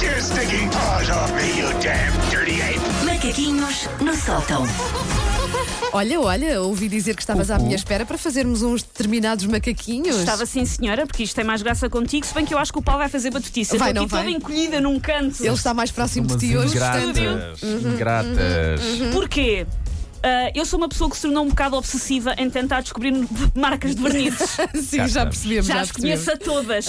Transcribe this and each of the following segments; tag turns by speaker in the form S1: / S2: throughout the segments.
S1: fucking paws off me, you damn dirty ape!
S2: Macaquinhos no sótão.
S3: Olha, olha, ouvi dizer que estavas
S4: Uhum.
S3: à minha espera para fazermos uns determinados macaquinhos.
S5: Estava sim, senhora, porque isto tem mais graça contigo, se bem que eu acho que o pau vai fazer batutice.
S3: Vai,
S5: Estou
S3: não
S5: aqui
S3: vai?
S5: toda encolhida num canto.
S3: Ele está mais próximo de
S4: Umas
S3: ti hoje, portanto.
S4: ingratas, ingratas.
S3: Uhum,
S5: Uhum. Porquê? Ah, eu sou uma pessoa que se tornou um bocado obsessiva em tentar descobrir marcas de vernizes.
S3: Sim, já Uhum.
S4: Cá estamos.
S3: percebemos.
S5: Já
S3: Já,
S5: as
S3: percebemos.
S5: conheço a todas.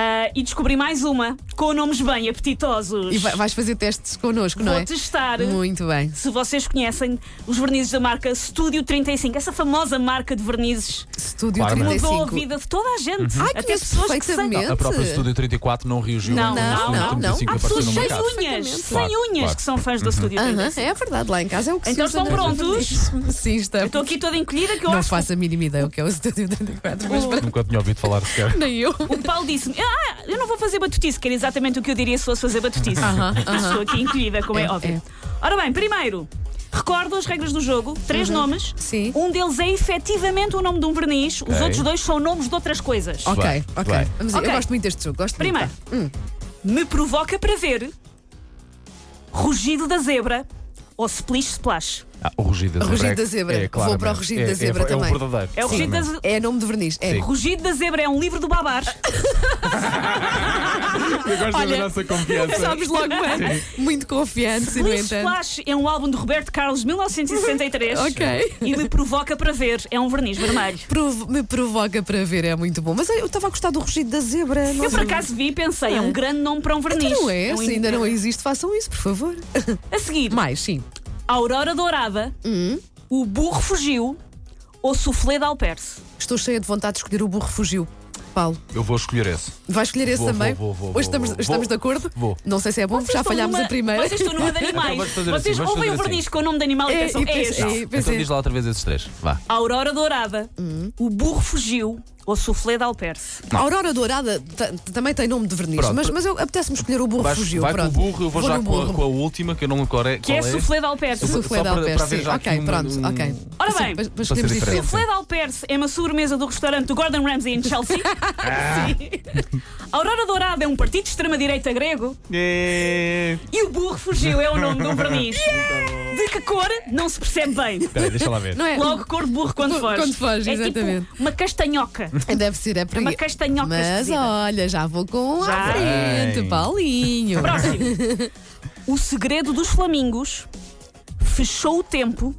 S5: Ah, e descobri mais uma, com nomes bem apetitosos.
S3: E vai- vais fazer testes connosco, não
S5: Vou
S3: é?
S5: testar.
S3: Muito bem.
S5: Se vocês conhecem os vernizes da marca Studio 35, essa famosa marca de vernizes
S3: Estúdio
S4: Claro, mas-
S5: mudou a
S3: 35.
S5: vida de toda a gente.
S3: Uhum. Ai,
S5: Até
S3: conheço
S5: pessoas que sem
S3: perfeitamente.
S4: A própria Estúdio 34 não reagiu
S5: Não,
S4: ao
S5: não,
S4: Estúdio
S5: não,
S4: 35
S3: não.
S5: Há
S3: Apareceu
S5: pessoas
S4: aparecer no
S5: sem
S4: mercado.
S5: unhas, sem
S4: Claro,
S5: unhas
S4: claro.
S5: que são fãs da Studio
S3: Aham,
S5: 35.
S3: é verdade, lá em casa é o que
S5: Então
S3: se usa
S5: estão
S3: nas
S5: prontos?
S3: vezes. Sim,
S5: Eu
S3: estamos.
S5: estou aqui toda encolhida que eu
S3: Não
S5: acho
S3: faço a mínima ideia o que é o Estúdio 34, mas para-
S4: Nunca tinha ouvido falar sequer.
S3: nem eu.
S5: que o Paulo disse-me: Ah, eu não vou fazer batutice, que era exatamente o que eu diria se fosse fazer batutice.
S3: Aham,
S5: Estou aqui encolhida, como é,
S3: É,
S5: óbvio. Ora bem, primeiro. Recordo as regras do jogo, três nomes.
S3: Sim.
S5: Um deles é efetivamente o nome de um verniz, os
S4: Ok.
S5: outros dois são nomes de outras coisas.
S3: Ok,
S4: Vai,
S3: ok.
S4: vai.
S3: Vamos ver.
S5: Ok.
S3: Eu gosto muito deste jogo. Gosto muito,
S5: Primeiro,
S3: pá.
S5: me provoca para ver rugido da zebra ou splish splash.
S4: Ah, o rugido da
S3: O
S4: zebra.
S3: rugido
S4: é-
S3: da zebra.
S4: é
S3: Vou
S4: claramente.
S3: para o rugido
S4: É-
S3: da
S4: é-
S3: zebra
S4: é o
S3: também.
S4: verdadeiro.
S5: É o rugido da
S4: Sim.
S5: zebra.
S3: É nome de verniz. É.
S4: Sim.
S5: Rugido da Zebra é um livro do Babar.
S4: Eu gosto
S3: Olha,
S4: da nossa confiança.
S3: Sabes logo bem. Muito confiante, e no
S5: Splish
S3: entanto.
S5: Splash é um álbum de Roberto Carlos de 1963.
S3: Ok.
S5: E me provoca para ver. É um verniz vermelho.
S3: Provo- me provoca para ver, é muito bom. Mas eu estava a gostar do rugido da zebra.
S5: Eu por acaso vi e pensei, é um grande nome para um verniz.
S3: Ah. Não é?
S5: um
S3: Se ainda não existe, façam isso, por favor.
S5: A seguir,
S3: Mais, sim.
S5: Aurora Dourada,
S3: Hum.
S5: O Burro Fugiu ou Soufflé de Alperce.
S3: Estou cheia de vontade de escolher o burro fugiu. Paulo,
S4: Eu vou escolher esse.
S3: vai escolher esse
S4: Vou,
S3: também?
S4: vou, vou, vou,
S3: Hoje
S4: vou,
S3: estamos,
S4: vou.
S3: estamos
S4: Vou.
S3: de acordo?
S4: Vou.
S3: Não sei se é bom,
S5: Vocês
S3: já
S5: estão
S3: falhámos
S5: numa-
S3: a primeira.
S5: Vocês estão numa de animais.
S4: vamos fazer
S5: Vocês
S4: assim, vamos
S5: ouvem o
S4: fazer
S5: verniz
S4: assim.
S5: com o nome de animal e
S3: É,
S5: pensam,
S3: e
S5: é
S3: pensa-
S5: este.
S3: é.
S4: Não,
S3: pensei-
S4: então diz lá outra vez esses três. Vá.
S5: Aurora Dourada,
S3: Hum.
S5: O Burro Fugiu ou Soufflé de Alperce.
S3: A Aurora Dourada ta- também tem nome de verniz,
S4: Pronto.
S3: mas, mas eu apetece-me escolher o burro
S4: Vais-
S3: Oh, fugiu.
S4: vai
S3: pronto.
S4: com o burro, eu vou, já
S3: no
S4: com a,
S3: burro.
S4: com a última, que eu não me qual é.
S5: Que é Soufflé de Alperce.
S4: Sou-
S3: Soufflé
S4: só
S3: de
S4: para- para
S3: Alperce,
S4: haver
S3: sim.
S4: já aqui
S3: Ok,
S4: um-
S3: pronto,
S4: um-
S3: ok. Assim,
S5: Ora
S3: Sim, para-
S5: bem,
S3: para
S4: ser
S3: escolhermos
S4: diferente.
S3: diferente.
S5: Soufflé de Alperce é uma sobremesa do restaurante do Gordon Ramsay em Chelsea. Sim. Aurora Dourada é um partido de extrema-direita grego.
S4: É...
S5: E o burro fugiu é o nome de um verniz. De que cor? Não se percebe bem.
S4: Peraí, deixa lá ver.
S3: Não é?
S5: Logo cor de burro quando
S3: Quando
S5: foge.
S3: foge,
S5: é
S3: exatamente.
S5: Tipo uma castanhoca.
S3: Deve ser, é por
S5: É uma
S3: aí.
S5: castanhoca
S3: Mas
S5: esquisita.
S3: olha, já vou com
S5: Já.
S3: a frente,
S4: Bem.
S3: Paulinho.
S5: Próximo. O segredo dos flamingos fechou o tempo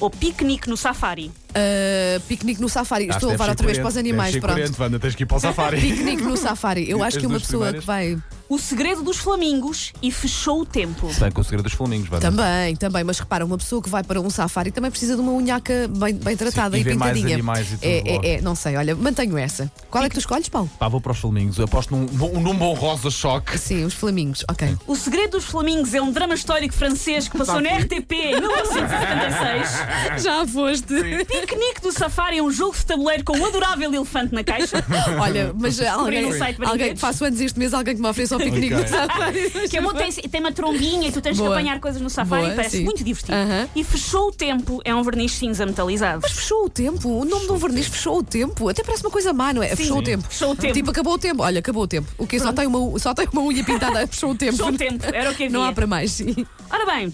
S5: ou piquenique no safari.
S3: Uh, piquenique no safari. Estou a levar outra vez para os animais, pronto.
S4: Wanda, tens que ir para o safari.
S3: Piquenique no safari. Eu acho
S4: As
S3: que uma
S4: duas
S3: pessoa
S4: primeiras.
S3: que vai.
S5: O segredo dos flamingos e fechou o tempo.
S4: Está com o segredo dos flamingos, Wanda.
S3: Também, também, mas repara, uma pessoa que vai para um safari também precisa de uma unhaca bem, bem tratada
S4: e
S3: e
S4: ver mais
S3: pintadinha.
S4: animais e tudo
S3: é,
S4: logo.
S3: é, é, não sei, olha, mantenho essa. Qual é que tu escolhes, Paulo?
S4: Pá, vou para os flamingos. Eu aposto num, num, num bom rosa-choque.
S3: Sim, os flamingos, ok.
S5: O segredo dos flamingos é um drama histórico francês que
S3: Tá
S5: passou na RTP em 1976.
S3: Já foste.
S5: Piquenique do Safari é um jogo de tabuleiro com um adorável elefante na caixa,
S3: Olha, mas alguém,
S5: um site para
S3: alguém
S5: ninguém.
S3: que faço anos este mês, alguém que me ofereça o piquenique
S4: Ok.
S3: no safari.
S5: que é uma, tem, tem uma trombinha e tu tens
S3: Boa.
S5: que apanhar coisas no Safari
S3: Boa,
S5: e parece
S3: sim.
S5: muito divertido.
S3: Aham.
S5: E fechou o tempo é um verniz cinza metalizado.
S3: Fechou o tempo, o nome de um verniz fechou o tempo. Até parece uma coisa má, não é? Fechou o tempo.
S5: Fechou o tempo.
S3: Tipo, acabou o tempo. Olha, acabou o tempo. O que só tem, uma, só tem uma unha pintada, fechou o tempo.
S5: Fechou o tempo, era o que havia.
S3: Não há para mais, sim.
S5: Ora bem,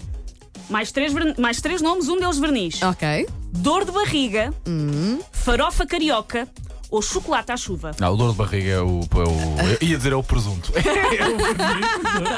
S5: mais três, vern- mais três nomes, um deles verniz.
S3: Ok.
S5: Dor de barriga,
S3: Hum.
S5: farofa carioca ou chocolate à chuva.
S4: Não, o dor de barriga é o. é o- eu ia dizer é o presunto. É o verniz.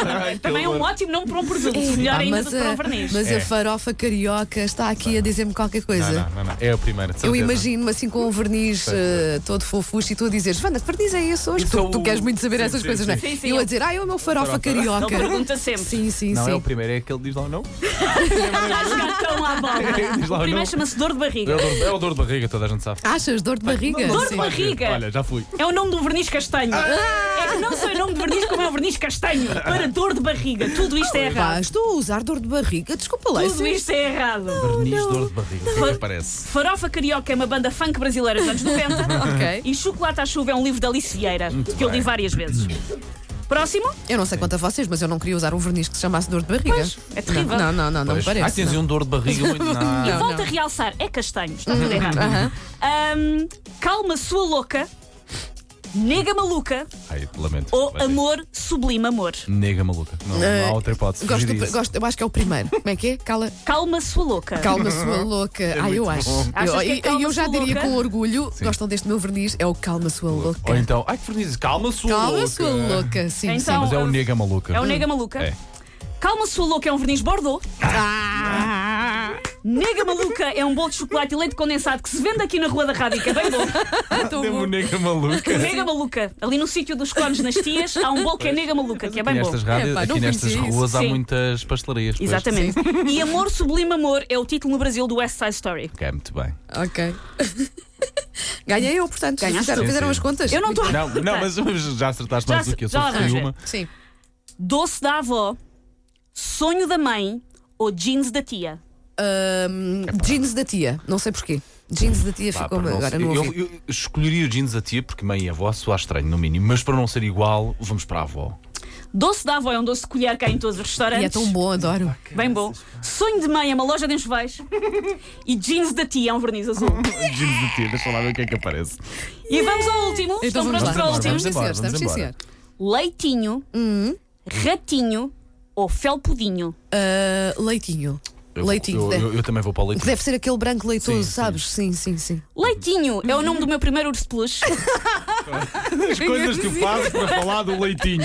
S4: Ai, que
S5: Também é um
S4: horror.
S5: ótimo nome para um presunto,
S3: Epá,
S5: melhor ainda
S3: Ah, mas
S5: do que para
S3: a-
S5: um verniz.
S3: Mas a
S4: É.
S3: farofa carioca está aqui a dizer-me qualquer
S4: Não,
S3: coisa.
S4: não, não, não. É a primeira. de
S3: Eu
S4: certeza.
S3: imagino-me assim com um verniz eh, todo fofuxo e tu a dizer, Wanda, que verniz é esse hoje?
S4: Isso é
S3: Tu,
S4: o-
S3: tu queres muito saber
S4: Sim,
S3: essas
S4: sim,
S3: coisas, não é?
S5: sim. Sim, sim,
S3: eu
S5: é
S3: a
S5: o-
S3: dizer, ah, eu o meu farofa
S4: Farofa.
S3: carioca.
S5: Ele pergunta sempre.
S3: Sim, sim,
S4: Não,
S3: sim.
S4: é o primeiro, é aquele que diz lá o não.
S5: Já jogaram à bola.
S4: Diz lá
S5: O
S4: o
S5: primeiro
S4: nome.
S5: chama-se dor de
S4: É o
S5: barriga.
S4: dor, é o dor de barriga, toda a gente sabe.
S3: Achas dor de barriga?
S5: Dor de
S3: Sim.
S5: barriga.
S4: Olha, já fui.
S5: É o nome de um verniz castanho.
S4: Ah!
S5: É que não só é nome de verniz, como é um verniz castanho. Para dor de barriga. Tudo isto é
S3: Pá,
S5: errado.
S3: estou a usar dor de barriga, desculpa lá.
S5: Tudo
S3: isso-
S5: isto é errado.
S4: Verniz, dor de barriga. O que é que aparece?
S5: Farofa Carioca é uma banda funk brasileira dos anos 90.
S3: Ok.
S5: E Chocolate à Chuva é um livro da Alice Vieira, que eu li
S4: bem.
S5: várias vezes. Próximo?
S3: Eu não sei quanto a vocês, mas eu não queria usar um verniz que se chamasse dor de barriga.
S5: Pois, é terrível.
S3: Não, não, não, não, me
S4: Pois. Ah,
S3: parece.
S4: tens aí um dor de barriga muito. Não.
S5: E
S3: Não,
S5: volto
S3: não.
S5: a
S3: Uhum.
S4: um
S5: realçar, é castanho, está tudo errado. Ahm, calma, sua louca. Nega Maluca
S4: Ai, lamento.
S3: Oh,
S5: ou
S4: Vai ser.
S5: Amor Sublime Amor.
S4: Nega maluca. Não, não há outra hipótese.
S3: Eh, Gosto,
S4: Fugir
S3: do-
S4: disso.
S3: gosto, eu acho que é o primeiro. Como é que é? Cala,
S5: Calma, sua louca.
S3: calma, sua louca.
S4: É
S3: Ai, eu acho.
S5: É Achas
S3: Eu,
S5: que é
S3: e-
S5: calma,
S3: eu já
S5: sua
S3: diria
S5: louca?
S3: com orgulho, gostam deste meu verniz, é o calma, sua louca.
S4: Ou então, ai que verniz, calma sua
S3: calma,
S4: louca.
S3: sua louca. um Sim,
S5: Então-
S3: sim.
S4: Mas é o
S5: Não,
S4: nega maluca.
S5: É o Nega Maluca.
S4: É.
S5: Calma, sua louca é um verniz Bordeaux. Ah. Nega Maluca é um bolo de chocolate e leite condensado que se vende aqui na Rua da Rádica. Bem bom.
S4: Deu-me o nega maluca.
S5: Nega Maluca. Ali no sítio dos cones nas tias, há um bolo que é Nega Maluca, que é
S4: Aqui
S5: bem bom.
S4: nestas rádios,
S3: É, pá, não
S4: aqui nestas
S3: conhecia isso.
S4: ruas há
S5: Sim.
S4: muitas pastelarias. pois.
S5: Exatamente. E Amor Sublime Amor é o título no Brasil do West Side Story.
S4: Ok, muito bem.
S3: Ok. Ganhei eu, portanto.
S5: Ganhaste
S3: Fizeram,
S4: tu.
S3: fizeram
S4: Sim,
S3: as
S4: sim.
S3: contas?
S5: Eu não estou.
S4: Não, não, mas já acertaste
S5: Já
S4: mais do que eu.
S5: já
S4: Só fui
S5: arranjei.
S4: uma.
S3: Sim.
S5: Doce da avó, sonho da mãe ou jeans da tia?
S3: Ahm, jeans da tia, não sei porquê. Jeans da tia
S4: Pá,
S3: ficou
S4: para não
S3: agora
S4: ser-
S3: no
S4: eu,
S3: ouvido.
S4: eu escolheria o jeans a tia, porque é mãe e avó soa estranho, no mínimo. Mas para não ser igual, vamos para a avó.
S5: Doce da avó é um doce de colher que há em todos os restaurantes.
S3: E é tão bom, adoro.
S5: Bem bom. Sonho de mãe é uma loja de enxovais. e jeans da tia é um verniz azul.
S4: jeans da tia, deixa lá ver o que é que aparece.
S5: e vamos ao último. Estão
S3: Então vamos
S5: prontos
S3: lá.
S5: para o
S3: Vamos,
S5: último? Hum.
S3: sim, senhor,
S4: embora,
S3: estamos
S4: vamos
S3: sim, senhor.
S4: embora.
S5: Leitinho, ratinho ou felpudinho?
S3: Ah, leitinho.
S4: Eu-
S3: leitinho.
S4: Eu,
S3: deve-
S4: eu- eu também vou para o leitinho.
S3: Deve ser aquele branco leitoso,
S4: Sim, sim.
S3: sabes? Sim, sim, sim.
S5: Leitinho é o nome do meu primeiro urso de peluche.
S4: As coisas que tu fazes para falar do leitinho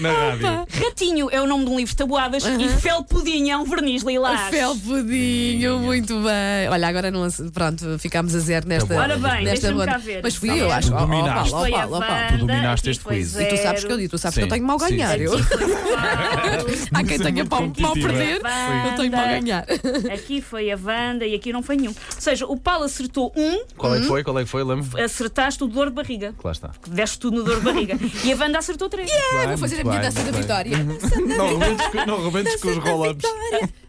S4: na rádio.
S5: Ratinho é o nome de um livro de tabuadas e felpudinho é um verniz lilás.
S3: Felpudinho, muito bem. Olha, agora não. ace- Pronto, ficámos a zero nesta.
S4: Ora
S3: nesta
S5: bem, deixa-me
S3: banda.
S5: cá ver.
S3: Mas fui
S4: Tá
S3: eu,
S4: bem,
S3: acho.
S4: tu
S3: Ó, ó,
S4: dominaste.
S3: Paulo, ó,
S5: Foi a
S3: Paulo, ó, Paulo.
S5: Wanda,
S4: Tu dominaste
S5: aqui
S4: este
S5: foi
S4: quiz.
S3: E tu sabes
S5: zero.
S3: que eu digo, tu sabes
S4: Sim,
S3: que eu tenho mal a
S4: sim,
S3: ganhar.
S4: sim,
S3: Eu,
S5: Aqui foi Paulo.
S3: há quem tenha mal, mal
S4: competitiva.
S3: perder, eu tenho mal a ganhar.
S5: Aqui foi a Wanda e aqui não foi nenhum. Ou seja, o Paulo acertou um,
S4: Qual é que foi? Qual é que foi? Lembro?
S5: acertaste o dor de barriga.
S4: Lá está.
S5: Deste tudo no dor de barriga. E a Wanda acertou três.
S3: Ah,
S4: Bem,
S3: vou fazer a
S4: muito
S3: minha
S4: bem,
S3: dança da
S4: muito bem.
S3: vitória.
S4: Não rebentes com, não rebentes Uhum, com os roll-ups.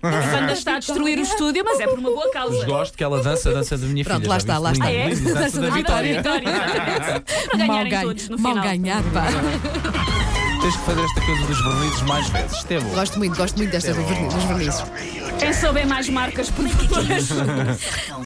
S5: A Wanda está a destruir o estúdio, mas é por uma boa causa.
S4: Gosto que ela dança a dança da minha
S3: Pronto,
S4: filha.
S3: lá
S4: já
S3: está, lá
S4: viste?
S3: está.
S5: Ah, é?
S4: Linda, linda, Dança da vitória.
S5: exatamente. Só para
S3: Mal,
S5: ganharem
S3: ganho,
S5: todos no
S3: mal
S5: final.
S3: ganhar, pá.
S4: Tens que fazer esta coisa dos vernizes mais vezes. Isto é bom.
S3: Gosto
S4: Tá
S3: muito, gosto muito destas verni- dos vernizes.
S1: Be your
S5: é Quem souber mais marcas, por favor, ajude.
S2: São